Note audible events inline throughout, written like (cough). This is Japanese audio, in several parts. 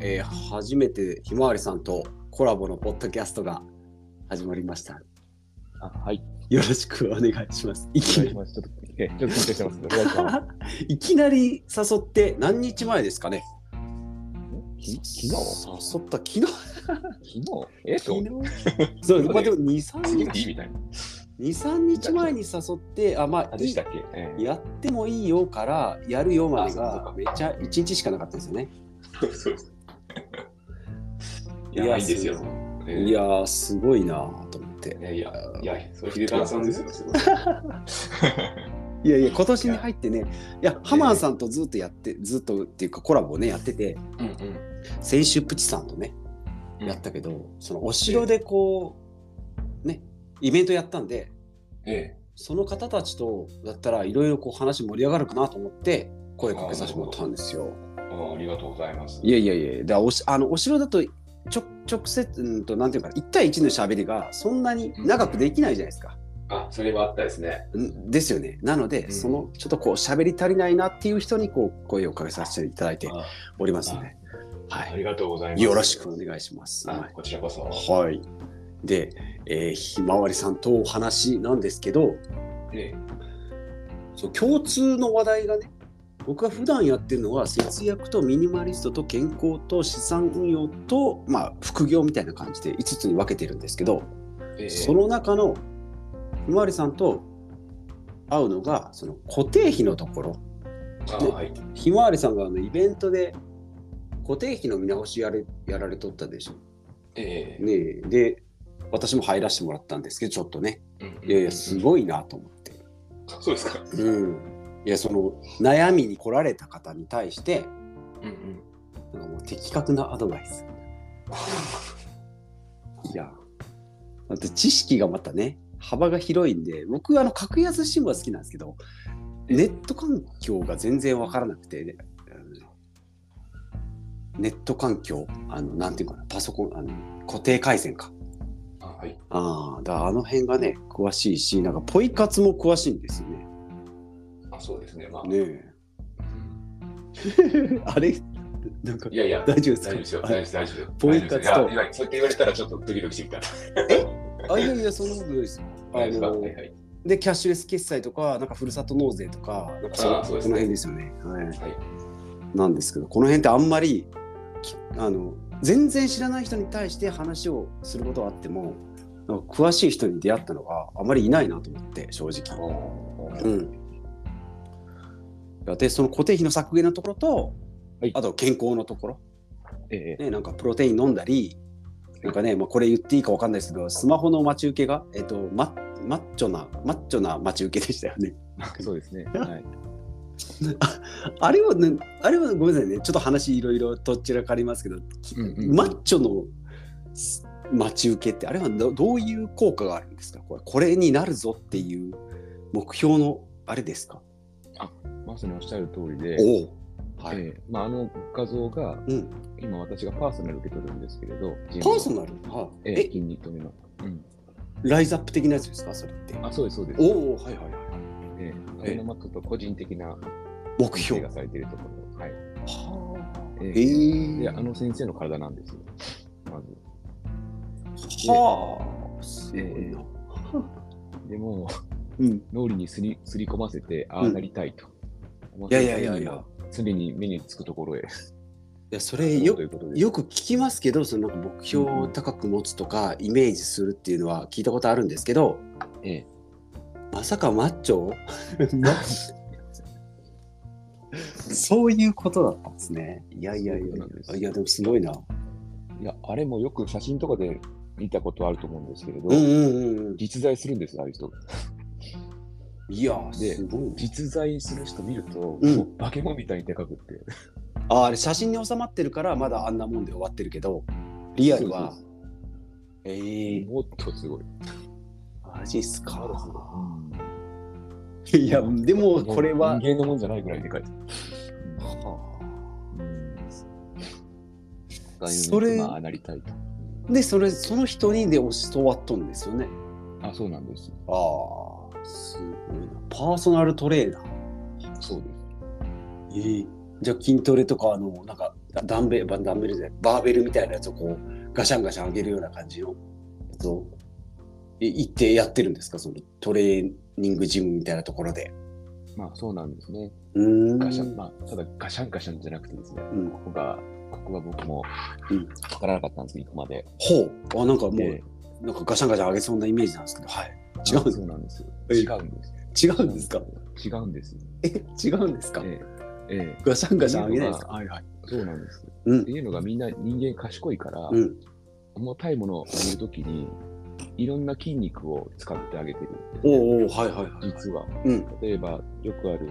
えー初めてひまわりさんとコラボのポッドキャストが始まりました。あはい。よろしくお願いします。いおきない願り、します。ちょっと、えちょっと緊張してます。お願いします (laughs) いきなり誘って何日前ですかねき昨日誘った昨日 (laughs) 昨日えっと昨、日 (laughs) そう、まあ、でも2、次3の日日みたいな。二三日前に誘って、あ、まああ、でいしたいっけえやってもいいよから、やるよまであそうがかめっちゃ1日しかなかったですよね。えそうです。いいやや、いいですよ。すええいやー、すごいなぁと思ってい。やいや、いや、それ、ヒデタさんですよ。すごいいやいや、今年に入ってね、いや、ハマーさんとずっとやって、ずっとっていうかコラボをね、やってて、うんうん先週プチさんとね、うん。やったけど、そのお城でこう、ね、イベントやったんで、えその方たちとだったらいろいろこう話盛り上がるかなと思って、声かけさせてもらったんですよ。えあありがとうございます。いやいやいや、だからおしあのお城だとちょ直接、うんと、なんていうか、1対1の喋りがそんなに長くできないじゃないですか。あ、それはあったですね。んですよね。なので、うんそのちょっとこう喋り足りないなっていう人にこう声をかけさせていただいてあおりますので、はあい、りがとうございます。よろしくお願いします。あはこちらこそ。い、はいで、えーひまわりさんとお話なんですけど、ええそう共通の話題がね、僕が普段やってるのは節約とミニマリストと健康と資産運用と、まあ、副業みたいな感じで5つに分けてるんですけど、ええその中のひまわりさんと会うのがその固定費のところあはい。ひまわりさんがあのイベントで固定費の見直しやれやられとったでしょ。ええねえで私も入らせてもらったんですけどちょっとねうんうんいやいやすごいなと思って。そうですか。うん、いやその悩みに来られた方に対してうんうなん。んかもう的確なアドバイス。いやあと知識がまたね幅が広いんで僕あの格安 SIM は好きなんですけどネット環境が全然わからなくて、ねあのネット環境あのなんていうかなパソコンあの固定回線かあはい。ああだからあの辺がね詳しいしなんかポイ活も詳しいんですよねあ、そうですね。まあ。ねうんえ (laughs) あれなんかいやいや、大丈夫です大丈か夫ですよ。大丈夫です。大丈夫ですポイ活といや、今、そうやって言われたらちょっとドキドキしてきた。あいやいやそんなことないですよ大丈夫ですかあのはいはい。でキャッシュレス決済とかなんかふるさと納税とかなんかそあーそうですこのね辺ですよね、はいはいなんですけどこの辺ってあんまりきあの全然知らない人に対して話をすることはあってもなんか詳しい人に出会ったのがあまりいないなと思って正直。うん、でその固定費の削減のところと、はいあと健康のところ、ええね、なんかプロテイン飲んだり、なんかね、まあ、これ言っていいかわかんないですけど、スマホの待ち受けが、えっと、ママッチョな、マッチョな待ち受けでしたよね。 (laughs) そうです (laughs) ね。はい。あれは、ね、あれはごめんなさいね、ちょっと話いろいろとっちらかりますけど、うんマッチョのす待ち受けって、あれはどどういう効果があるんですかこれこれになるぞっていう目標のあれですか、まさにおっしゃる通りで、おお。はい。ええまあ、あの画像が、うん、今私がパーソナル受け取るんですけれど、パパーソナル、はえい、ええ、筋肉止めの。うん。ライズアップ的なやつですかそれって。あ、そうです、そうです。おお、はいはいはい。ええあれのまあちょっと個人的な目設定標。がはされているところ。はい。あ。えええー、で、あの先生の体なんですよ。まず。はあ、すごいな。でも、うん、脳裏にすりすり込ませて、ああなりたいと。いやいやいやいや、常に目につくところへ。いやそれよということでよく聞きますけどそのなんか目標を高く持つとか、イメージするっていうのは聞いたことあるんですけど、ええまさ (laughs) かマッチョをそういうことだったんですね。いやいやいやいそういうことなんですやいやでもすごいな。いや、あれもよく写真とかで見たことあると思うんですけれど、うんうんうんうん。実在するんですよ、ああいう人。いやですごいね。実在する人見ると、うんもう化け物みたいにでかくって。ああれ写真に収まってるからまだあんなもんで終わってるけどリアルはそうそうえそうー、もっとすごい。マジっすまだすごいか。うんいやでもこれは。人間のもんじゃないぐらいでかいです。それまあ、なりたいと。でそれその人にで教わっとんですよね。あ、そうなんです。ああすごいな。パーソナルトレーナー。そうです。ええじゃあ筋トレとかあのなんかダダンベル、バダンベルじゃないバーベルみたいなやつをこう、ガシャンガシャン上げるような感じのやつを、え行ってやってるんですかそのトレーニングジムみたいなところで。まあそうなんですね。うーん。ガシャン、まあ、ただガシャンガシャンじゃなくてですね、うんここが、ここが僕もうんわからなかったんですけど、行くまで。ほう。あ、なんかもう、でなんかガシャンガシャン上げそうなイメージなんですけど、はい。違うんでそうなんですよ。え違うんです。す。違うんですか違うんです。え、違うんですか、ええええガシャンガシャン上げないですかはいはい。そうなんです。うっんて。いうのがみんな人間賢いから、うん。重たいものを上げるときに、いろんな筋肉を使ってあげてるんですね、おうおうはいはいはい。実は。うん。例えば、よくある、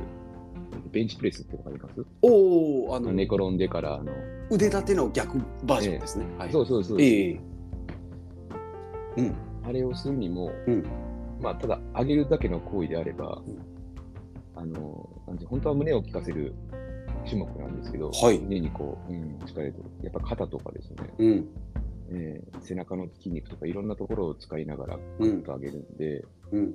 ベンチプレスってわかりますおうおうあの、寝転んでから、あの、腕立ての逆バージョンですね。はい。そうそうそう、ええうん。あれをするにも、うんまあ、ただ、上げるだけの行為であれば、うんあの、なんて本当は胸を効かせる種目なんですけど、はい胸にこう、うん、力入れてるやっぱ肩とかですね、うん。えー背中の筋肉とかいろんなところを使いながら、うちょっん。と上げるんで、うん。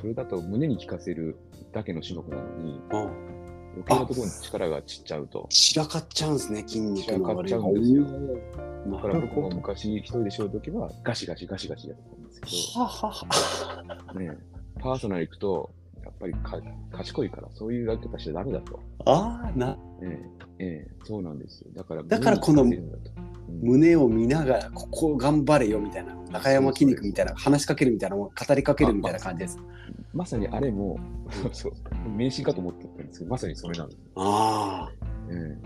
それだと胸に効かせるだけの種目なのに、あ余計なところに力が散っちゃうと。散らかっちゃうんですね、筋肉の割れが。散らかっちゃうんですおよだーかなるら僕もほど。昔一人でしようときはガシガシガシガシやってたんですけははは。ど、ね、パーソナル行くと、やっぱりか賢いからそういうやり方しちゃダメだと。ああ、な、ええええそうなんですよ。だから、だからこの胸に効かせるんだと、うん胸を見ながら、ここを頑張れよみたいな、中山筋肉みたいな、話しかけるみたいな、語りかけるみたいな感じです。まさにあれも、 (laughs) そうそう、迷信かと思ってたんですけど、まさにそれなんです。あえ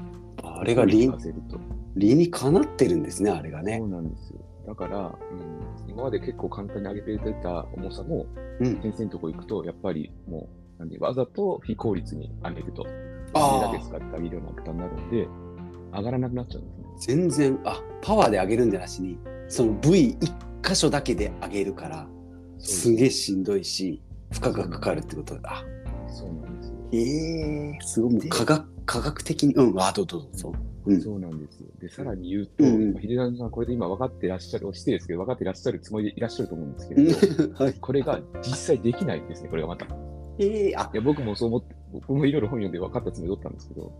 あ、えあれが胸理に効かせると。理にかなってるんですね、あれがねそ。うなんですよ。だから、うん、今まで結構簡単に上げてた重さも、うん。先生のとこ行くと、やっぱりもう、なんで、わざと非効率に上げると、あー胸だけ使って上げるような負担になるんで、上がらなくなっちゃうんですね。全然、あ、パワーで上げるんじゃなしに、その部位一箇所だけで上げるから、すげえしんどいし、負荷がかかるってことだ。あそうなんですよ。ええすごい。科学、科学的に、うん、あ、どうぞどうぞ。うんそうなんですよ。で、さらに言うと、うんうんまあヒデさんさん、これで今分かってらっしゃる、失礼ですけど、分かってらっしゃるつもりでいらっしゃると思うんですけ (laughs) ど、はい。これが実際できないんですね、これがまた。いええあ、や、僕もそう思って、僕もいろいろ本読んで分かったつもりだったんですけど、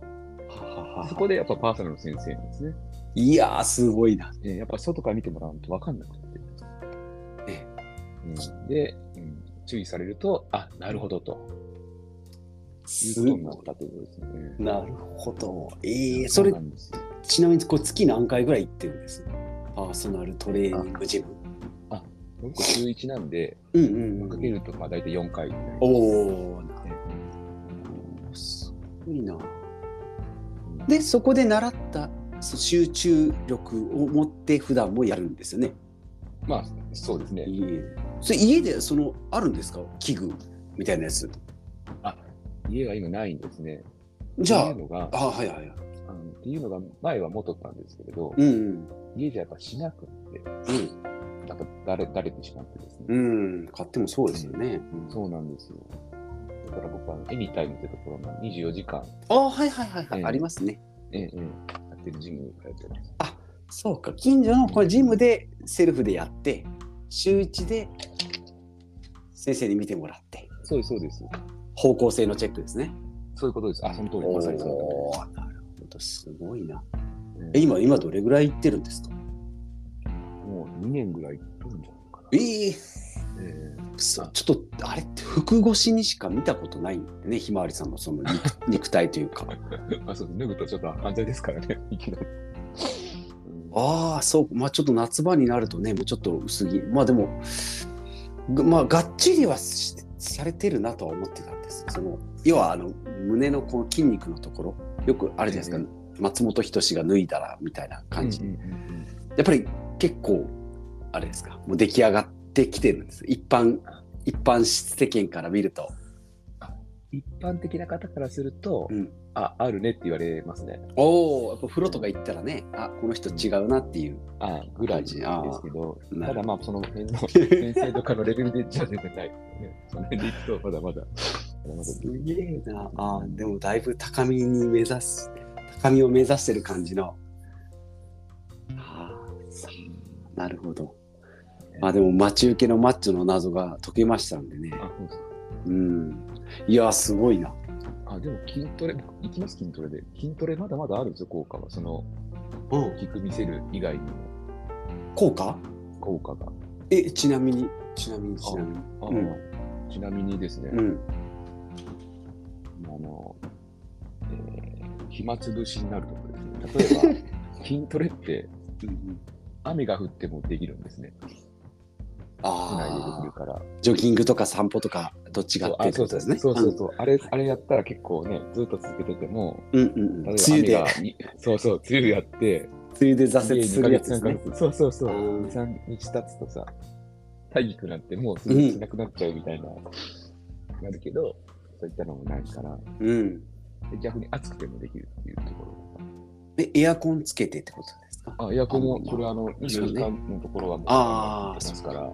そこでやっぱパーソナルの先生なんですね。いやー、すごいな。えーやっぱ外から見てもらわんと分かんなくて。えうん、で、うん、注意されると、あ、なるほどということになったということですね。なるほど。ええそれうな、んですよちなみに、こう、月何回ぐらい行ってるんですパーソナルトレーニングジム。僕週1なんで、うんうんかうけん。るとまあ大体4回になります。おお、なるほど。すごいな。うんで、そこで習ったそ集中力を持って、普段もやるんですよね。まあ、そうですね。いいそれ家で、その、あるんですか器具みたいなやつ。家が今ないんですね。じゃっあていうのが、あ、はいはいはい。あのっていうのが前は元ったんですけれど、うん家じゃやっぱしなくって、うん。なんかだれだれてしまってですね。うん。買ってもそうですよね。そうなんですよ。だから僕はあのエニタイムってところの24時間、あ、はいはいはいはい。ええありますね。ええええやってるジムに通ってます。そうか。近所のこれジムでセルフでやって、週一で先生に見てもらって、そうです、そうです。方向性のチェックですね。そういうことです。あ、その通り、まさにそおうーなるほど。すごいな。だね。え、え今、今どれぐらい行ってるんですかもう2年ぐらい行ってるんじゃないかな。えええそうちょっとあれって服越しにしか見たことないんでねひまわりさんのその (laughs) 肉肉体というかえまあ、そうです。脱ぐとちょっと犯罪ですからね、 (laughs) いきなり。うんああそうまあちょっと夏場になるとねもうちょっと薄着まあでもがまあがっちりはしされてるなとは思ってたんですその要はあの胸のこの筋肉のところよくあるじゃないですか、え松本人志が脱いだらみたいな感じ、うんうんうんやっぱり結構あれですかもう出来上がってきてるんです一般一般世間から見ると、一般的な方からすると、うん、あ、あるねって言われますね。おおやっぱ風呂とか行ったらねあこの人違うなっていうあぐらいですけあーど、なたるだまあ、その辺 (laughs) の先生とかのレベルでじゃ全然ないですね。その辺でいくと、まだまだ。まだまだすげえなあーでもだいぶ高みに目指す高みを目指してる感じのあーさなるほどまあでも待ち受けのマッチョの謎が解けましたんでねあそうですうんいやすごいなあ、でも筋トレ、僕行きます、筋トレで。筋トレまだまだあるんですよ、効果は。その、うん、効く見せる以外にも効果効果が。えちなみにちなみにちなみにあうんちなみにですね、うんあの、えー暇つぶしになるとかですね。例え (laughs) ば、筋トレって雨が降ってもできるんですね。室内でであきるあから。ジョギングとか散歩とかどっちがそうっていあうこそうとそうですねそうそうそうあれ、あれやったら結構ね、ずっと続けてても、うんうんうん梅雨例えば雨でが梅、そうそう、梅雨やって、雨で挫折するやつです2ねヶ月そうそうそうあ。ー2、3日経つとさ、大くなってもうすぐしなくなっちゃうみたいな、なるけど、そういったのもないから、うんで逆に暑くてもできるっていうところ。でエアコンつけてってことですかあ、エアコンもあ、まあこれあの、24時間のところはもう、あーますから、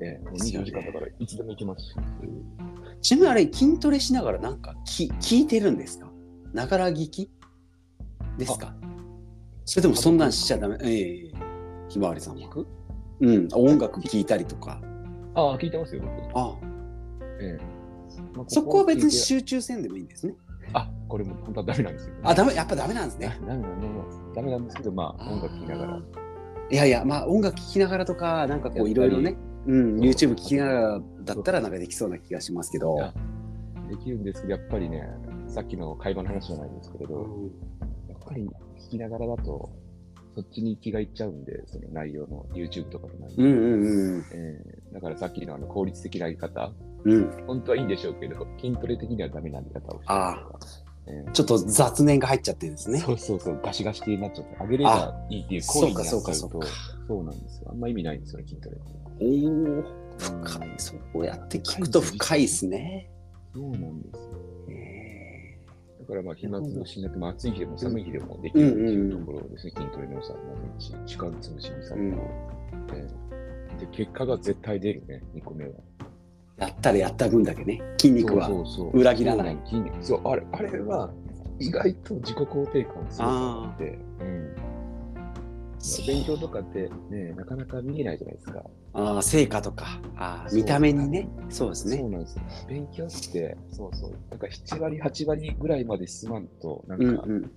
ええ、もうですよね24時間だからいつでも行きますし。ちなみにあれ筋トレしながらなんかき聞いてるんですかながら聞きですかそれともそんなんしちゃダメええひまわりさん聞はくうん音楽聞いたりとかああ、聞いてますよ、僕。あええまあそこは別に聞いて集中せんでもいいんですねあ、これも本当はダメなんですよ。あダメやっぱダメなんですダねメダメダメなんです。ダメなんですけど、まあ、音楽聴きながら。いやいやまあ音楽聴きながらとかなんかこういろいろねうん、そう YouTube 聴きながらだったらなんかできそうな気がしますけどい、やできるんですけど、やっぱりね、さっきの会話の話じゃないんですけれど、やっぱり聞きながらだと、そっちに気がいっちゃうんで、その内容の YouTube とかの内う容。んうんうんえーだからさっきのあの効率的なやり方、うん本当はいいんでしょうけど、筋トレ的にはダメなやり方をしてあえちょっと雑念が入っちゃってるんですーねそうそうそう、ガシガシ系になっちゃって、上げればいいっていう行為になっちゃそううかと、そそううかそうかなんですよ。あんま意味ないんですよね、筋トレって。おお深いそうやって聞くと深いですねそうなんですよ。えだからまあ、暇つぶしになっても、暑い日でも寒い日でもできるっていうところをですね、筋トレの良さの一時間つぶしにされる、えーで、結果が絶対出るね、2個目は。ーやったらやった分だけね筋肉はそうそうそう裏切らないそうの筋肉そうあれあれは意外と自己肯定感すごくあって、うん、勉強とかって、ね、なかなか見えないじゃないですか。あー成果とかあーそう見た目にねそうですそねうなんですよ。勉強って、そうそう。なんか7割、8割ぐらいまで進まんと、なうんんかうん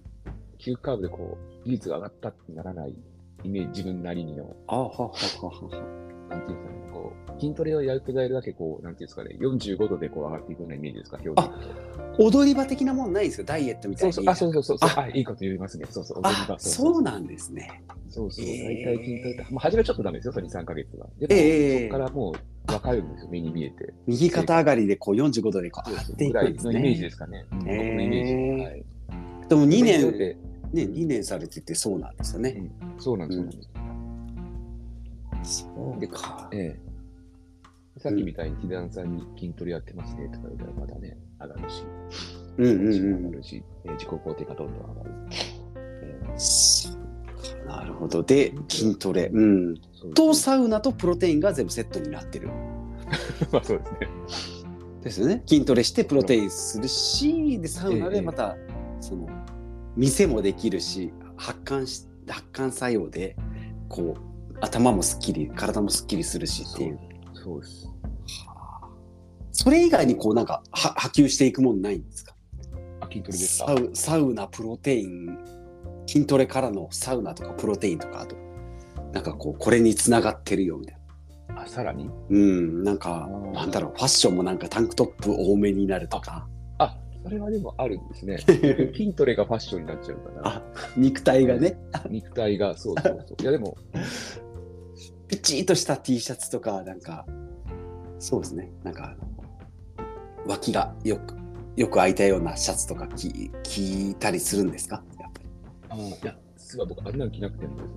急カーブでこう、技術が上がったってならないイメージ、自分なりにの、あーははははなんていうんですかね、こう、筋トレをやるとやるだけこう、なんていうんですかね、45度でこう上がっていくようなイメージですか、表現。踊り場的なもんないんですよダイエットみたいそにうそう、あ、そうそうそうそうああ、いいこと言いますね。そうそう、踊りあ場そうなんですねそうそう、えー大体筋トレって、まあ、初めはちょっとダメですよ、その2、3ヶ月は。でも、ええそこからもう分かるんですよ、目に見えて。右肩上がりでこう45度でこう上がっていぐらくいんですのイメージねですかね。えー僕のイメージ。はい、でも2そう年ねで2年されててそうなんですよねそうなんですよ、うんそうかええさっきみたいに、ひだんさんに筋トレやってますねとか言ったら、まだね、上がるし、うんうん自信う上んがるし、えー自己肯定がどんどん上がる。えそうかなるほどで筋トレうんえそうとですね、サウナとプロテインが全部セットになってる (laughs) まあそうですね。ですよね筋トレしてプロテインするしでサウナえでえまたその店もできるし発汗し発汗作用でこう頭もすっきり体もすっきりするしっていうそうです。それ以外にこうなんかは波及していくもんないんですかあ、筋トレですサかウサウナプロテイン筋トレからのサウナとかプロテインとかあとなんかこうこれにつながってるよみたいな。あ、さらにうん、なんかあーなんだろうファッションもなんかタンクトップ多めになると (laughs) かあ、それはでもあるんですね。筋トレがファッションになっちゃうから。あ肉体がね肉体が、そうそう (laughs) そう。いや、でも、ピチーとした T シャツとかなんかそうですねなんかあの脇がよくよく開いたようなシャツとか着着たりするんですかやっぱりあのいや、実は僕、あんなの着なくてもですね、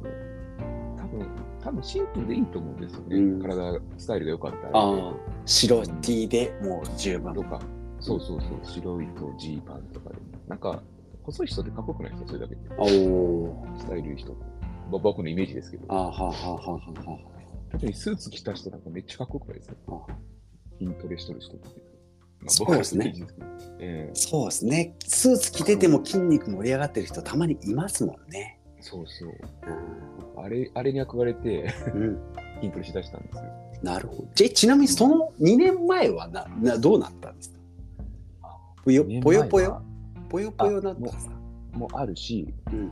多分、多分シンプルでいいと思うんですよね。うん体、スタイルが良かったら。あ白 T でもう十分とか、そうそうそう、白いとジーパンとかでも。なんか、細い人ってかっこよくないですかそれだけで。おおスタイルいい人。ぼ僕のイメージですけどあ。ーはーはーはーはーは特にスーツ着た人なんかめっちゃかっこよくないですかあ筋トレしとる人って。まあそうですね。僕のイメージけどええーそうですねスーツ着てても筋肉盛り上がってる人たまにいますもんねそうそう。あれ、あれに憧れてうん筋トレしだしたんですよ。なるほど。じゃちなみにその2年前はななどうなったんですかぽよめまいぽよはぽよぽよぽよなったさ。もあるし、うん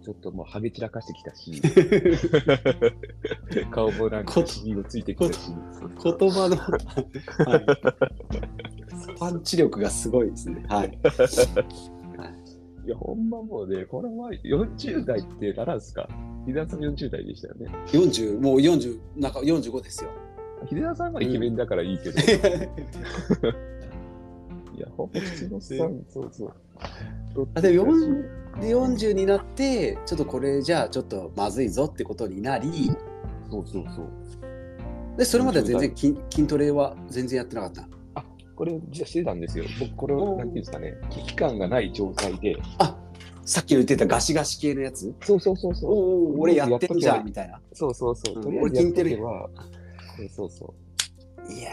ちょっともうハゲ散らかしてきた (laughs) し、顔もなんこかとシミもついてきたし、言葉の、 (laughs) はいパンチ力がすごいですね。はい。いや、ほんまもうね、これは40代ってならんすかひでさん40代でしたよね。 40、もう40、なんか45です (laughs) よ。ひでさんはイケメンだからいいけど、いや、ほんま普通のおっさん、そうそう。あでも40で40になって、ちょっとこれじゃあちょっとまずいぞってことになり、そうそうそう。でそれまでは全然筋筋トレは全然やってなかった。これを実はしてたんですよ。僕、これを、なんていうんですかね、危機感がない状態で、あさっきの言ってたガシガシ系のやつそうそうそうそう。おお俺やってんじゃやっとけばんみたいな。そうそうそう。うんとりあえずやっとけば俺そうそうそう。いや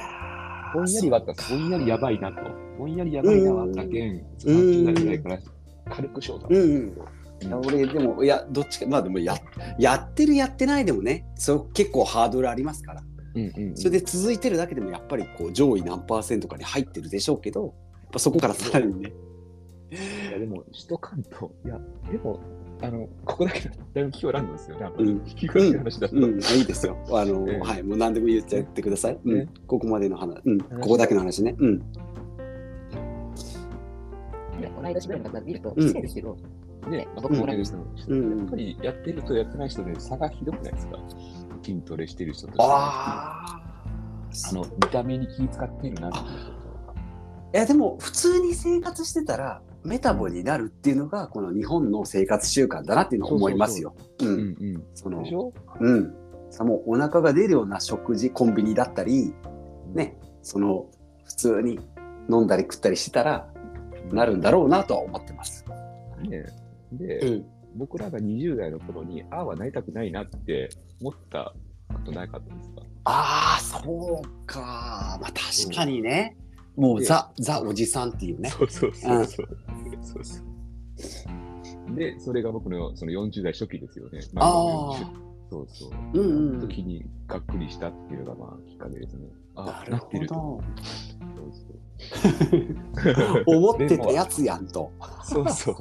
ーぼんやりはあったんですぼんやりやばいなと。ぼんやりやばいなはあったけん、30代ぐらいから軽くしようだうんううんん、俺でもいやどっちかまあでもややってるやってないでもねそう結構ハードルありますからうんうんうんそれで続いてるだけでもやっぱりこう上位何パーセントかに入ってるでしょうけどやっぱそこからさらにねいやでも、首都関東、いや、でも、あの、ここだけだだいぶ聞こえらんですよね。あんまりうん聞き返し話だと。うんいいですよあの、ええはいもう何でも言っちゃってください、えうえん、ここまでの話、うん、ここだけの話ねうん同い年ぐらいの方見ると、うん失礼ですけど、ね、うん僕もなんですけど、うやっんぱりやってるとやってない人で差がひどくないですか筋トレしてる人として。あああの、見た目に気使ってるなっていう人とか。いやでも普通に生活してたらメタボになるっていうのがこの日本の生活習慣だなっていうのは思いますよ。ううんんうん。そのでしょうんさもうお腹が出るような食事コンビニだったりねその普通に飲んだり食ったりしてたらなるんだろうなとは思ってます。ねで、ん、僕らが20代の頃に、ああはなりたくないなって思ったことなかったですかああそうかまあ確かにね、もうザザおじさんっていうね。そうそうそうそう。そうそうで、それが僕のその40代初期ですよね。まあ40あそうそう。うんう時ん。にがっくりしたっていうのがまあきっかけですね。あなるってほるど。そうそう (laughs) 思ってたでもやつやんと。そうそう。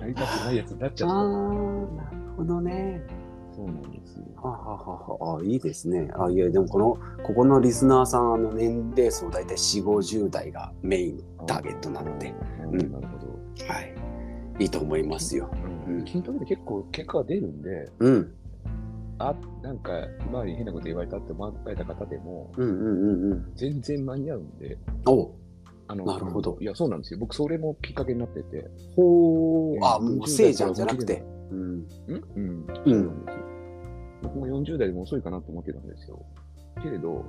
なりたくないやつになっちゃああっなるほどね。た。そうなんですよ。はあはあはああいいですね。あいやでもこのここのリスナーさんあの年齢層大体4 5 0代がメイン。ターゲットなのであー。うんなるほど。はい。いいと思いますよ。ううんん筋トレで結構結果が出るんで、うんあ、なんか周りに変なこと言われたって思われた方でも、うんうんうんうん。全然間に合うんで、おあのなるほどいや、そうなんですよ。僕、それもきっかけになってて。ほうう。あもうせいじゃんじゃなくて。うん。うんうん。う。そうなんんですよ僕も40代でも遅いかなと思ってたんですよ。けれど、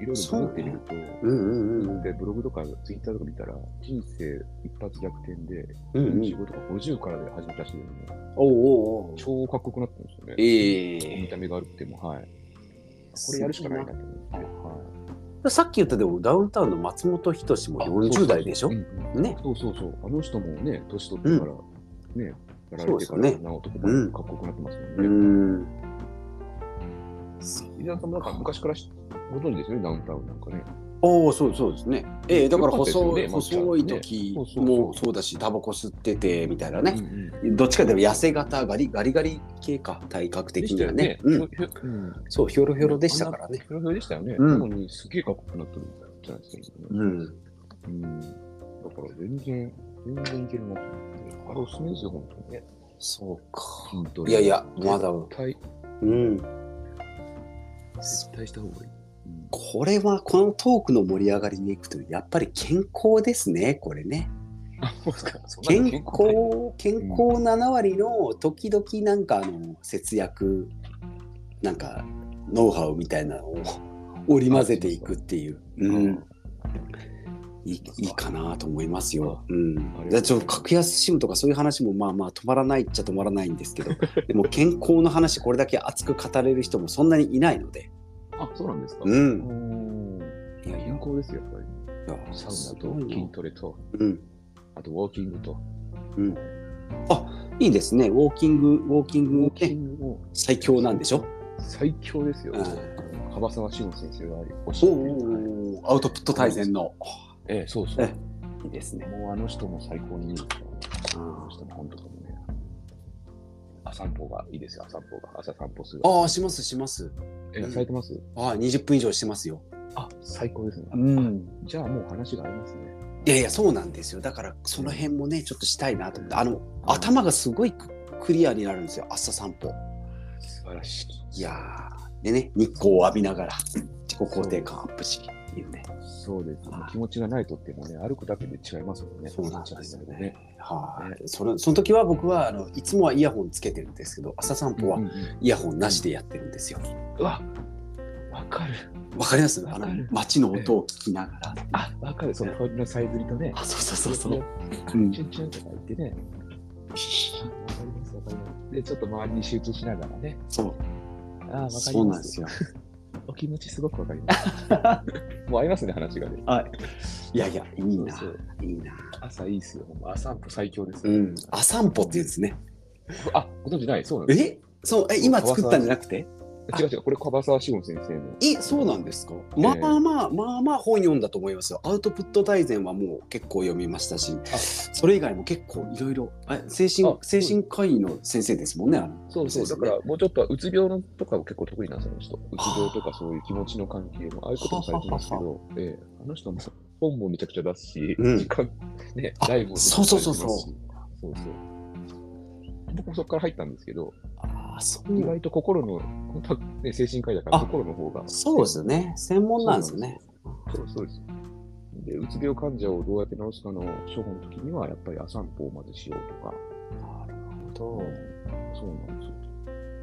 いろいろブログってみると、うんうんうんでブログとかツイッターとか見たら、人生一発逆転で、うんうん。 45とか50からで始めた人でもね、おうおうおう。超かっこよくなったんですよね。え見た目があるっても、はい。これやるしかないなと思って。さっき言ったでもダウンタウンの松本人志もはい、 40代でしょうんうんね。そうそうそう。あの人もね、年取ってから、ね、やられそうでてすかよら、ねなおとかうもんかっこよくなってますもんね。うん。伊沢さんもなんか昔からしご存知ですよね、ダウンタウンなんかね。おおそうそうですね。ええだからよかった細いですよね細い時そうそうそうもそうだしタバコ吸っててみたいなうね、んうんどっちかというと痩せ型ガリガリガリ系か体格で的しにたよはねうね。ひょん、ひょうんそうひょろひょろでしたからね。ひょろひょろでしたよね。うんなのにすげえかっこよくなってるじゃないですか、今ねうん、うん。だから全然、全然いけるなと思って。あれおすすめですよ、本当にね。そうか。筋トレいやいやまだ絶対、うん絶対した方がいい。うんこれはこのトークの盛り上がりに行くとやっぱり健康ですねこれねあ、そうですか。そんな健の康健康7割の時々なんかあの節約なんかノウハウみたいなのを織り交ぜていくっていう、うん、いいいいかなと思いますよ。うん、でちょっと格安シムとかそういう話もまあまあ止まらないっちゃ止まらないんですけ (laughs) どでも健康の話これだけ熱く語れる人もそんなにいないので。あ、そうなんですか。ううんん。いやい健や康ですよ、やっぱり。サすウナごとい筋なトレと、うんあとウォーキングと。うん、あいいですねウォーキングウォーキンウォグー、キね、ングも最強なんでしょ最強ですよ。うん幅沢志吾先生がおっしゃおってる。おアウトプット大全の。ええ、そうそう。いいですね。もうあの人も最高にいいですよ。ああの人の本とかもね。朝散歩がいいですよ、朝散歩が。朝散歩する。あー、します、します。ええ、されてますああ、20分以上してますよ。あ、最高ですね。ん。じゃあもう話がありますね。いやいや、そうなんですよ。だから、その辺もね、ちょっとしたいなと思って、あの、頭がすごいククリアになるんですよ、朝散歩。素晴らしい。いやー、でね、日光を浴びながら、自己肯定感アップし、いいね。そうです、ねはい。気持ちがないとってもね、歩くだけで違いますもんね。そうなんですよね。はい、ねそのその時は僕はあのいつもはイヤホンつけてるんですけど朝散う歩んうはんうんイヤホンなしでやってるんですよ。わ、うわ、わかる。かりますあのわかる街の音を聞きながら。あ、わかる。その鳥のさえずりとね。あそうそうそうそう。チうんュンチュンとか言ってね。あわかります、わかります。で、ちょっと周りに集中しながらね。そうあ、わかります。そうなんですよ。お気持ちすごくわかり (laughs) ます。もう合いますね、話がね。いやいやいいなそうそういいな。朝いいっすよ。もう朝散歩最強ですうよ、ん朝散歩って言うんですね。あ、ご存知ないそうなんです。えそうえ今作ったんじゃなくて？あ違う違う。これ、樺沢志門先生の。えそうなんですか。えまあまあまあまあ本読んだと思いますよ。アウトプット大全はもう結構読みましたしあ、それ以外も結構いろいろえ精神あ精神科医の先生ですもんね。あのそうそう、だ先生かねらもうちょっとはうつ病のとかを結構得意なんですよ、あの人。うつ病とかそういう気持ちの関係も、ああいうこともされてますけど、ええ、あの人も本もめちゃくちゃ出すし、うん時間、ねあ、ライブもそうそうそうそう出しそうそう。僕もそこから入ったんですけど、ああそ意う外と心の、本当はね、精神科医だからあ心の方が。そうですよね。専門なんですよね。そうそうです。で、うつ病患者をどうやって治すかの処方の時には、やっぱり朝散歩をまずしようとか、なるほどうんそうなんですよ。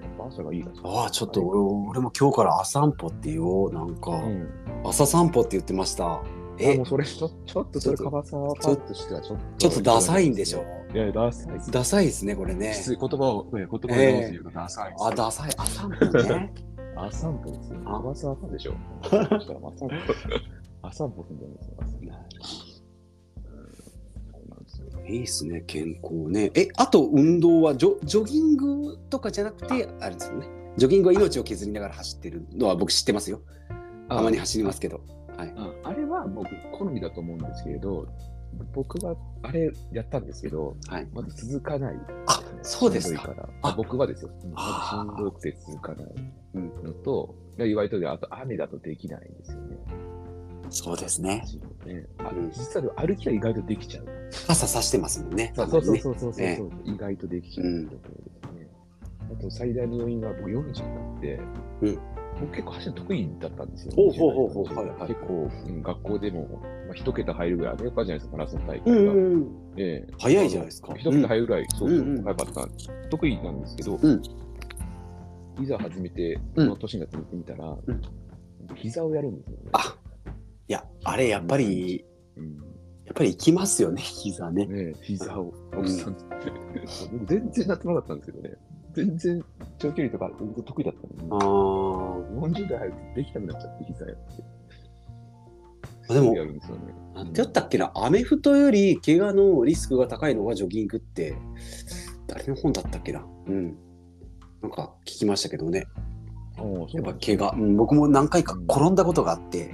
やっぱ朝がいいらしいああちょっと俺俺も今日から朝散歩って言おうなんか、うん朝散歩って言ってました。ええもうそれちょちょっとそれカバサーパーとしてはちょっとちょっとダサいんでしょ。いやダサいですダサいですねこれね。きつい言葉をえ言葉で直す言うとダサいですあダサい朝散歩 (laughs) ね。アサンポですよあカバサーパーで (laughs) しょそしたらアサンポアサンポすんじゃないですかそうなんですよいいっすね健康ね。えあと運動はジョジョギングとかじゃなくてあれですよね。ジョギングは命を削りながら走ってるのは僕知ってますよ。あたまに走りますけど。ああれは僕好みだと思うんですけれど僕はあれやったんですけど、はいまず続かないあそうですかしんどいからあ僕はですよ。あまーずしんどくて続かないうんのと、で意外とで、あと雨だとできないんですよね。そうですね。走るのねあうん実はでも歩きは意外とできちゃう。傘さしてますもんね。そうそうう。そうそうそう、ええ意外とできちゃうってところですね。あと最大の要因は僕40になって、うん僕結構走るの得意だったんですよ。ほうほうほうほう20代のはいはい時結構、うん学校でも、まあ、一桁入るぐらい、アメリカじゃないですか、マラソン大会が。うんうんうん。ええ早いじゃないですか。一桁入るぐらい、そうそううんうん早かった、得意なんですけど、うんいざ始めて、うこんの年になって見てみたら、ん膝をやるんですよね。あいや、あれやっぱり、うんやっぱり行きますよね、 (laughs) 膝ね。ねえ膝を、んおっさん、僕 (laughs) 全然なってなかったんですけどね、全然長距離とか全然得意だったあのに、ー40代入るとできなくなっちゃって、膝やって。でもやるんですよね。なんてやったっけな、アメフトより怪我のリスクが高いのがジョギングって、誰の本だったっけな。うん。なんか聞きましたけどね、ああそうやっなぱん怪で我、うん、僕も何回か転んだことがあって、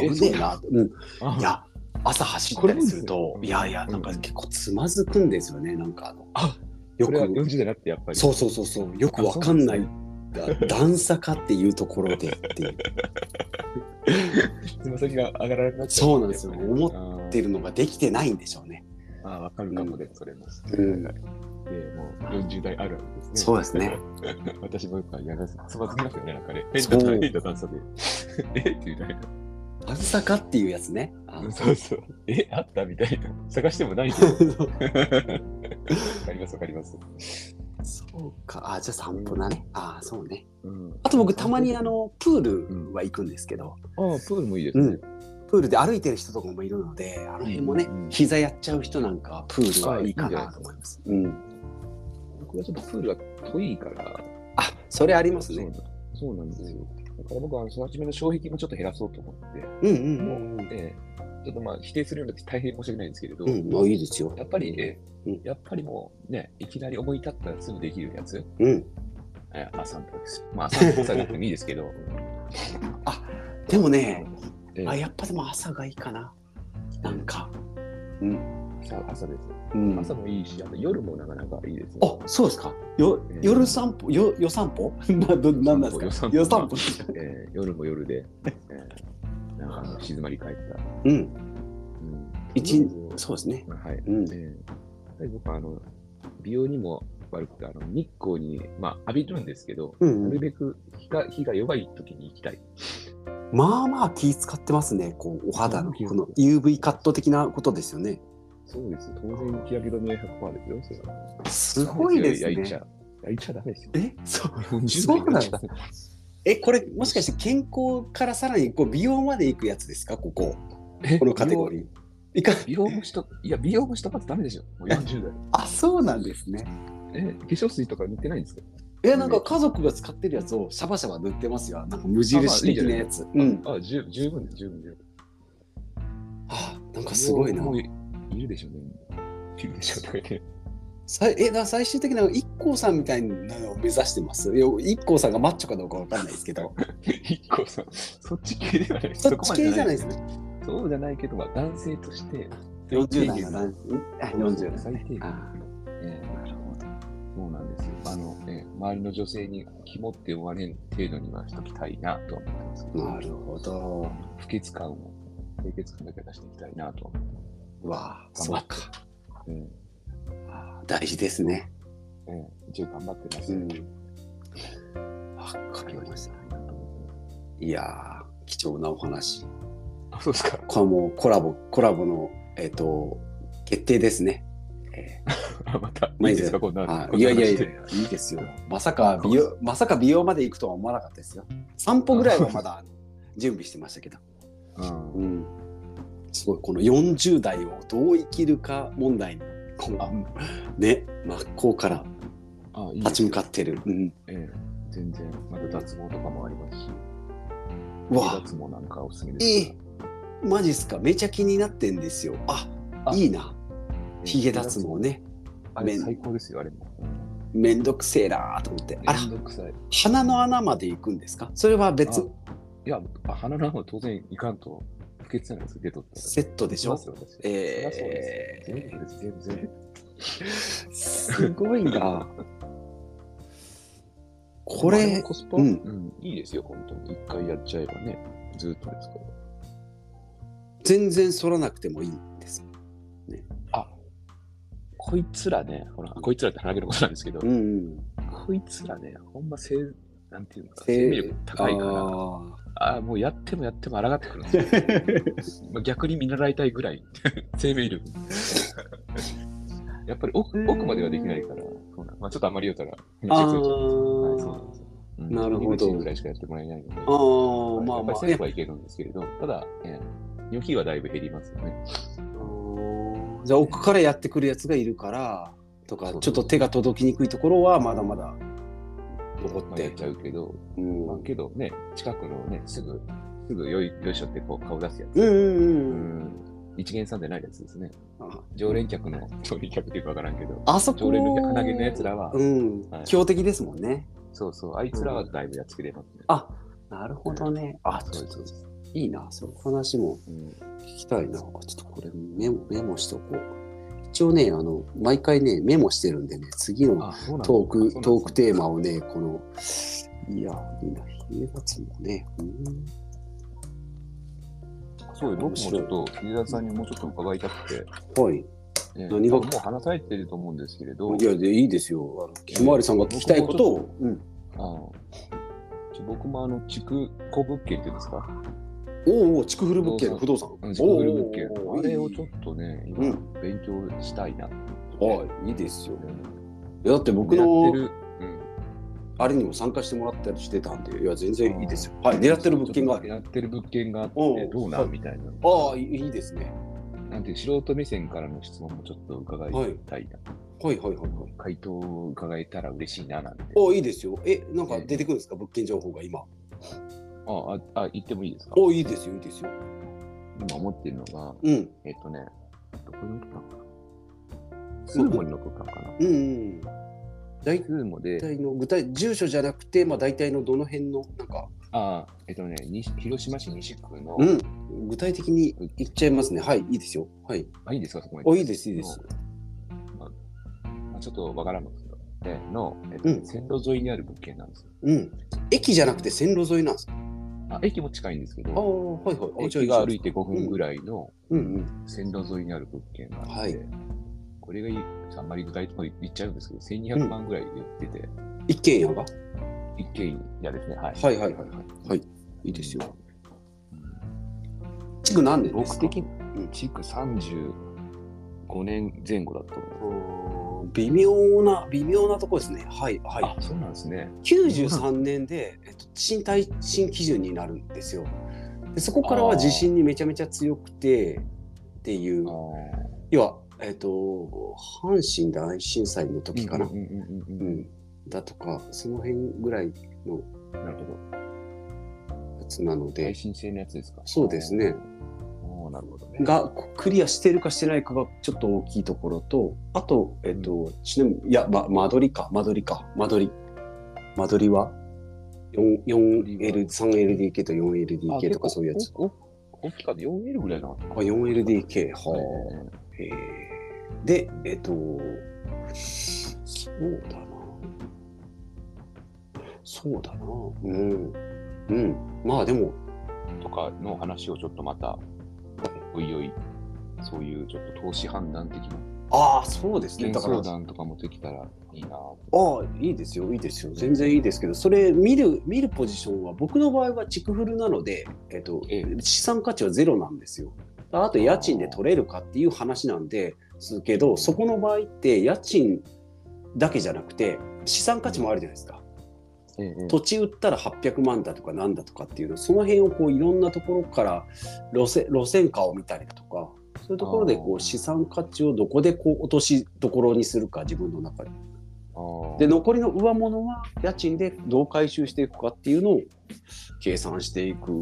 危ねえな、うん、すあいや、朝走ったりするとこ、いれですよやいや、うんなんか結構つまずくんですよね、なんかあの、あよそれは40く、代になって、やっぱり。そうそうそうそう、よくわかんない段差かっていうところでっていう (laughs) つま先が上がらなくなっちゃそうなんですよ思っってるのができてないんでしょうね。ああ、わかるかもです、それも。うんで、もう40代あるあるですね。そうですね。私もよくやります。つまずきますよね、なんかね。そう変な、変な段差で。えっていうね。段差かっていうやつね。あそうそう。えあったみたいな。探してもないけど。 (laughs) わかります、わかります。そうか。あ、じゃあ散歩だね。あ、そうね。うんあと僕たまにあ、のプールは行くんですけど、ああ、プールもいいですね。うんプールで歩いてる人とかもいるので、あの辺もねうん、膝やっちゃう人なんかはプールはいいかなと思います。うん。僕はちょっとプールが遠いから。あ、それありますね。そうなんですよ。だから僕は、その初めの障壁もちょっと減らそうと思って、うんうんうんええちょっとまあ、否定するようになって大変申し訳ないんですけれど、うん。うん、あいいですよ。やっぱりね、うんやっぱりもうね、いきなり思い立ったらすぐできるやつ、うん。えアサンポです。まあ、アサンポさえなくてもいいです (laughs) けど、あ、でもね、ええあ、やっぱでも朝がいいかな。なんか。朝朝です。うん、朝もいいし、あと夜もなかなかいいですね。あそうですか。よえー夜散歩、よ夜散歩 (laughs) などなんなんですか夜夜散散歩歩。えー夜も夜で、えーなんかあの静まり返った。うん。うん、一日そうですね。はい。うんえーやっぱり僕はあの美容にも悪くてあの日光に、まあ、浴びるんですけど、うんうなんるべく日が日が弱い時に行きたい。まあまあ気使ってますね、こうお肌の気をこの UV カット的なことですよね。そうです。当然、日焼け止めは100%ですよ。それはすごいですいやいやいちね。ゃ、いやいちゃダメですよ。えそう40そうなん代ですかえ、これもしかして健康からさらにこう美容までいくやつですか、ここ、えこのカテゴリー。いか美容美容もしと、いや、美容もしとかってダメでしょ。もう40代。あ、そうなんですね。え、化粧水とか塗ってないんですかえ、なんか家族が使ってるやつをシャバシャバ塗ってますよ。なんか無印的なやつ。うん。あ、十十分です、十分、十分。あ、なんかすごいな。もういいるでしょうね。いるでしょうとか言って。さいえだから最終的な IKKO さんみたいなのを目指してます。いや IKKO さんがマッチョかどうかわかんないですけど、一個さん、そっち系ではない。そっち系じゃないですね。ね。そうじゃないけど、まあ、男性として。 40代の男あ40代。最低限。あええーなるほど。そうなんですよ。あの、ええ周りの女性に肝って思われん程度にはしときたいなとは思ってますけど。なるほど。不潔感を、清潔感だけ出していきたいなとは思ってます。わあ、頑そ張うってか。うんあー大事ですね。ええ一応頑張ってます。うんわかりました。いやー、貴重なお話。あ、そうですか。 (laughs) これはもうコラボ、コラボの、えっ、と、決定ですね。えあまた、まあいいですか、こんーな。あーこんいなや話いやいやで、いいですよ。まさか美容、まさか美容まで行くとは思わなかったですよ。散歩ぐらいはまだあの準備してましたけど。うんうん、すごいこの40代をどう生きるか問題にこうね真っ向からあ、いいで立すち向かってる、うん、ええ全然、また脱毛とかもありますし、うわ脱毛なんかおすすめですえよ。マジっすかめちゃ気になってんですよああいいなええヒゲ脱毛。ねあれ面最高ですよ、あれも。うんめんどくせえなーと思ってあらめんどくさい。鼻の穴まで行くんですかそれは別あいや、あ鼻の穴は当然いかんと、不潔じゃないですか、出とったら。セットでしょそうですよ私ええそりゃそうですよ全部です、全部全部。すごい (laughs) なこまあでれもコスパ、ううんんいいですよ、本当に。一回やっちゃえばね、ずっとですから。全然剃らなくてもいいんですこいつらね、ほら、こいつらって鼻毛のことなんですけど、うんうんこいつらね、ほんま性、なんていうのか、せ生命力高いから、ああーあー、もうやってもやっても抗ってくるんですよ。 (laughs) まあ逆に見習いたいぐらい、 (laughs) 生命力。やっぱり奥奥まではできないから、そうなんまあ、ちょっとあんまり言うたら、あ話がずれちゃうんですはいそうなんーですようんなるほど入り口ぐらいしかやってもらえないので、あー、まあまやっあ。ぱりいセーやブはいけるんですけれど、ただ、えー、予費はだいぶ減りますよね。じゃあ奥からやってくるやつがいるからとか、そうちょっと手が届きにくいところはまだまだ残っ。まあ、やってちゃうけど、うんまうあ、んけどね、近くのね、すぐ、すぐよいよいしょってこう顔出すやつ。ううんうん。ん。一元さんじゃないやつですね。あ常連客の、 (laughs) 常連客っていうかわからんけど、あそこ。常連の鼻毛のやつらは、うんは。い強敵ですもんね。そうそう、あいつらはだいぶやっつけれますね。あ、なるほどね。あ、ちょそうっでとすそうでいいな。その話もうん、聞きたいな。ちょっとこれメモメモしとこう。一応ね、あの毎回ねメモしてるんでね、次のあ、そうなんだトーそク、うなんですねトークテーマをね、この、いや、いいな、ヒゲ脱毛ね。うんそうよ、僕もちょっと、飯田さんにもうちょっと伺いたくて、はい。ね何がもう話されてると思うんですけれど、いや、で、いいですよ。あのひまわりさんが聞きたいことを。うん。あのちょ僕もあの、築古物件っていうんですか、おうおう、筑古物件の不動産おうう。ん、お築古物件う、おうあれをちょっとね、う今ん、勉強したいなって。はい、いいですよ。いやだって僕狙ってのる、うん、あれにも参加してもらったりしてたんで、いや、全然いいですよ。あーはい、狙ってる物件がある。狙ってる物件があっておう、どうなはいんみたいな。ああ、いいいですね。なんていう素人目線からの質問もちょっと伺いたいな。はいはいはいはい。回答を伺えたら嬉しいななんて。おいいですよ。え、なんか出てくるんですか、物件情報が今。ああ、あ、言ってもいいですかおいいですよ、いいですよ。今思ってるのが、うん。えっ、とね、どこに乗ったのかなスーモに乗ったのかなうん、うん。大スーモで具、体の具体住所じゃなくて、まあ、大体のどの辺のなんかああ、えっとね、西広島市西区の、うん。具体的に言っちゃいますね。はい、いいですよ。はい。あ、いいですか、そこまで。お、いいです、いいです。まあ、ちょっとわからんのですけど、での、えっうんと、線路沿いにある物件なんですよ。うん。駅じゃなくて線路沿いなんですかあ、駅も近いんですけああ、ど、はいはい。あじゃあ駅が歩いて5分ぐらい。らいのうんうん。線路沿いにある物件があって、はいこれがいい、あんまり具体的に言っちゃうんですけど、1200万ぐらいで売ってて、一軒家がは一軒家ですね、はい。いはいはいはい。はい。いいですよ。うん築何年です僕か的うんに、築35年前後だったと思います。うん微妙な、微妙なとこですね。はいはい。あ、そうなんですね。 93年で、えっと、新耐震基準になるんですよでそこからは地震にめちゃめちゃ強くてっていうあー要は、えっと、阪神大震災の時かな、ううんんうんうんうんだとかその辺ぐらいのうん。なるほど。やつなの耐で震性のやつですか。そうですね。おーなるほどね。がクリアしてるかしてないかがちょっと大きいところとあと、えっとちなみにいや、ま、間取りか間取りか間取り間取りは 4L3LDK と 4LDK とかそういうやつ。あ。結構おお大きかった。4L ぐらいなかった。あ 4LDK はあ、えへえでえっとそうだなそうだなうんうんまあでもーとかの話をちょっとまた、おいおい、そういうちょっと投資判断的な、ああそうですね意見だから相あ談とかもできたらいいなと。あいいですよいいですよ全然いいですけどそれ見る見るポジションは僕の場合は築フルなので、えっとえ資産価値はゼロなんですよあと家賃で取れるかっていう話なんですけどそこの場合って家賃だけじゃなくて資産価値もあるじゃないですかえええ土地売ったら800万だとかなんだとかっていうのその辺をこういろんなところから路線路線価を見たりだとかそういうところでこあーう資産価値をどこでこう落としどころにするか自分の中であーで残りの上物は家賃でどう回収していくかっていうのを計算していく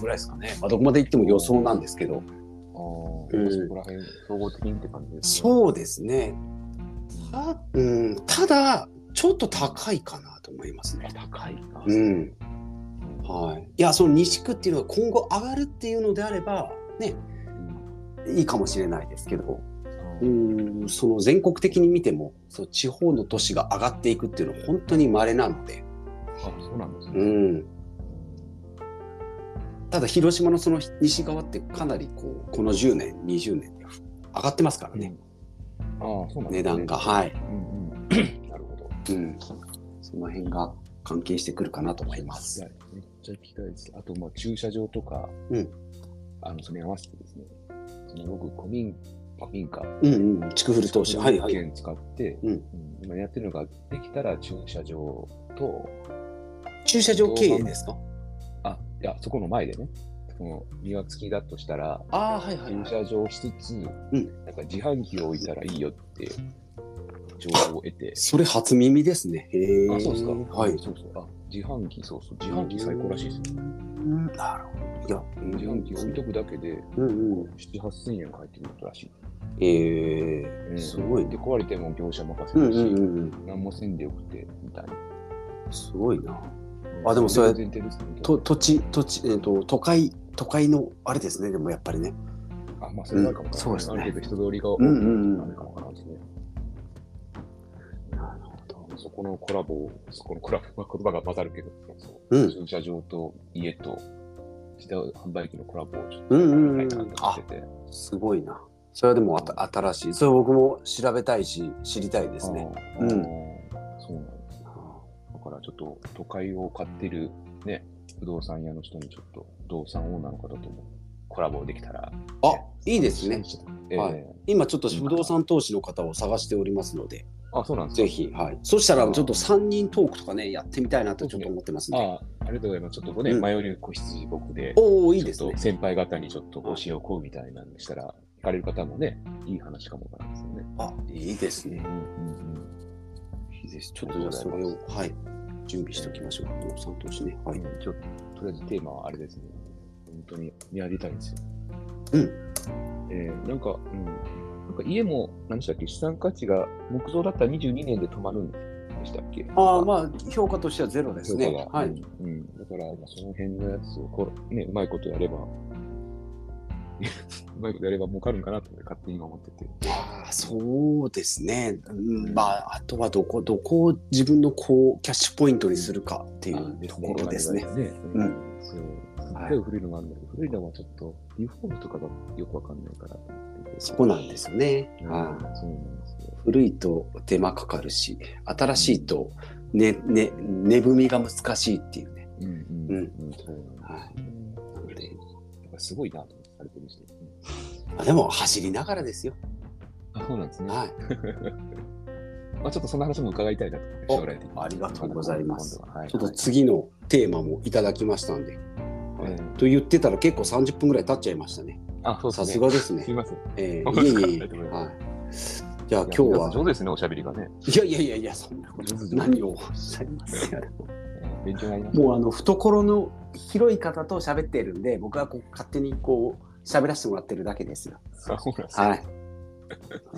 ぐらいですかね、まあ、どこまで行っても予想なんですけどあーうんそこら辺、総合的にって感じですね。そうですねた,、うん、ただちょっと高いかなと思いますね。高いな。うんはい、いやその西区っていうのが今後上がるっていうのであればねいいかもしれないですけどううんーんその全国的に見てもその地方の都市が上がっていくっていうのは本当に稀なので、あ、そうなんですね。うん、ただ広島のその西側ってかなりこうこの10年20年で上がってますからね、ああ、そうなんですね値段がはい、うんうん。なるほど。うん、その辺が関係してくるかなと思いますいや、めっちゃ聞きたいです。あと、まあ、駐車場とか、うんあの、それに合わせてですね、その僕、古民古民家、うんうん築古投資はいはい券使って、うんうん今やってるのが、できたら駐車場と、駐車場経営ですかあ、いや、そこの前でね、その庭付きだとしたら、ああはいはい、駐はい、車場しつつ、んなんか自販機を置いたらいいよって、情報を得て、それ初耳ですねへえあ、そうですか。はいそうそう。あ、自販機、そうそう。自販機最高らしいですよ。うんなるほど。いや、自販機置いとくだけで、うんうん。 7、8000円返ってくるらしい。ええうんすごいで、ね。壊れても業者任せうんるうし、んうん。何もせんでよくて、みたいな。すごいな。あでもそれが前提ですね。と土地土地えっ、と都会都会のあれですね。でもやっぱりね。あ、まあ、それはあるかもしれない。うんそうですねある程度人通りが多いうんのうんうんかもわからんですね。なるほど。そこのコラボを、そこのコラボ、まあ、言葉が混ざるけど、そううん駐車場と家と自動販売機のコラボをちょっとうんうんうやんりたいなと思ってて。すごいな。それはでもあた新しい。それ僕も調べたいし知りたいでですね。。うんうん。そうなんですよ。だからちょっと都会を買ってるね、不動産屋の人にちょっと不動産オーナーの方ともコラボできたら。あいいですね。。えーはい今ちょっと不動産投資の方を探しておりますので、あ、そうなんですぜか。ひ、はい、そしたらちょっと3人トークとかねやってみたいなとちょっと思ってますね。あありがとうございます。ちょっとこうね、うん迷いの子羊僕で、おおいいですちょっねと。先輩方にちょっと教えをこうみたいなのしたら、行かれる方もね、いい話かもわからんですよね。あいいですね。うんちょっとじゃあそれを、はい、準備しておきましょう。不動産投資ね。はい。うんちょっと、とりあえずテーマはあれですね。本当にやりたいんですよ。うんえーなんか、うん、なんか家も、何でしたっけ、資産価値が木造だったら22年で止まるんででしたっけああ、まあ、評価としてはゼロですね。評価がはうい。んうんだから、まあその辺のやつをこう、ね、うまいことやれば、 (laughs) うまいことやれば儲かるんかなって勝手に今思ってて。ああ、そうですね。うん、まあ、あとはどこ、どこを自分のこう、キャッシュポイントにするかっていうところですね。。う。うんそう。すっごい古いのがあるんだけど、古いのはちょっと、リフォームとかがよくわかんないからと思ってて。そこなんですよね。うんはいそうなんですよ。古いと手間かかるし、新しいと、ね、ね、値踏みが難しいっていうね。うんうんうんうん。そうなんですよね。なので、やっぱすごいなと思ってされてる人。うんまあ、でも走りながらですよ。あ、そうなんですね。はい。まあちょっとその話も伺いたいなと。お将来的に。ありがとうございます今度は。はいちょっと次のテーマもいただきましたんで。はいえと言ってたら結構30分ぐらい経っちゃいましたね。ーあ、そうですさね。すがですすね (laughs) い。ません。えおー、疲いえいれえ様でございはまい。じゃあ今日いや上は、手ですね、おしゃべりがね。いやいやいやいや、そんなこと何をおっしゃいますか。えー勉強になりました。もうあの懐の広い方と喋ってるんで、僕はこう勝手にこう喋らせてもらってるだけですよ。あそうなんですねはい。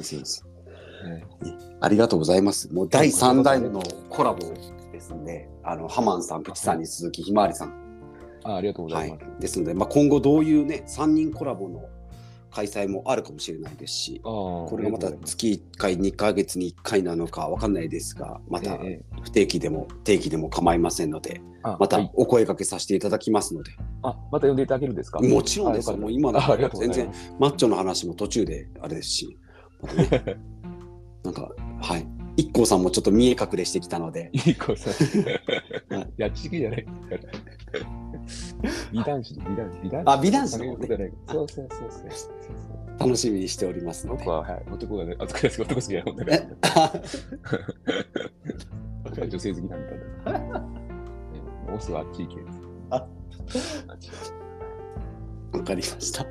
そうですえありがとうございます。もう第3弾のコラボですんで、あのハマンさん、プチさんに続きひまわりさん。ーあありがとうござはいいます。、ですので、まあ、今後どういうね3人コラボの開催もあるかもしれないですしああここれがまた月1回2ヶ月に1回なのかわかんないですがまたええ不定期でも定期でも構いませんのであまはたいお声掛けさせていただきますのであ、また呼んでいただけるんですかもちろんですあよかったもう今のあありがとうございます。全然マッチョの話も途中であれですし、またねなんかはい一 k さんもちょっと見え隠れしてきたのでいい子さんい。やっちぎじゃない。美男子、美男子、美男あ美男子の方ねそうね。そうそうそうそう。楽しみにしておりますので僕。は、はい、男がね、あ男です、男好きだよ。だかえ (laughs) ら女性好きなんだ。えもうオスはあっち行け。ああっち行わかりました。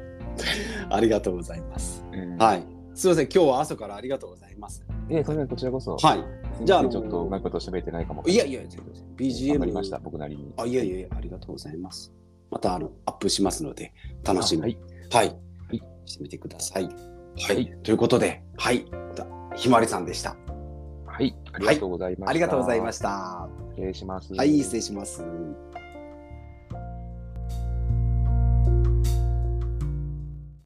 ありがとうございます。け。うんはい。すいません、今日は朝からありがとうございます。いえ、それならこちらこそ。はい。いじじゃゃあああ、のちょっとうまいこと喋ってないかも。いやいや、頑張り BGM ました、僕なりに。あ、いやいやいや、ありがとうございます。またあのアップしますので、楽しみあはに、い。はいいしてみてください。はい。いということで、はい。またひまわりさんでした。はい。ありがとうございました。ありがとうございましした。た。失礼します。はい、失礼します。はい。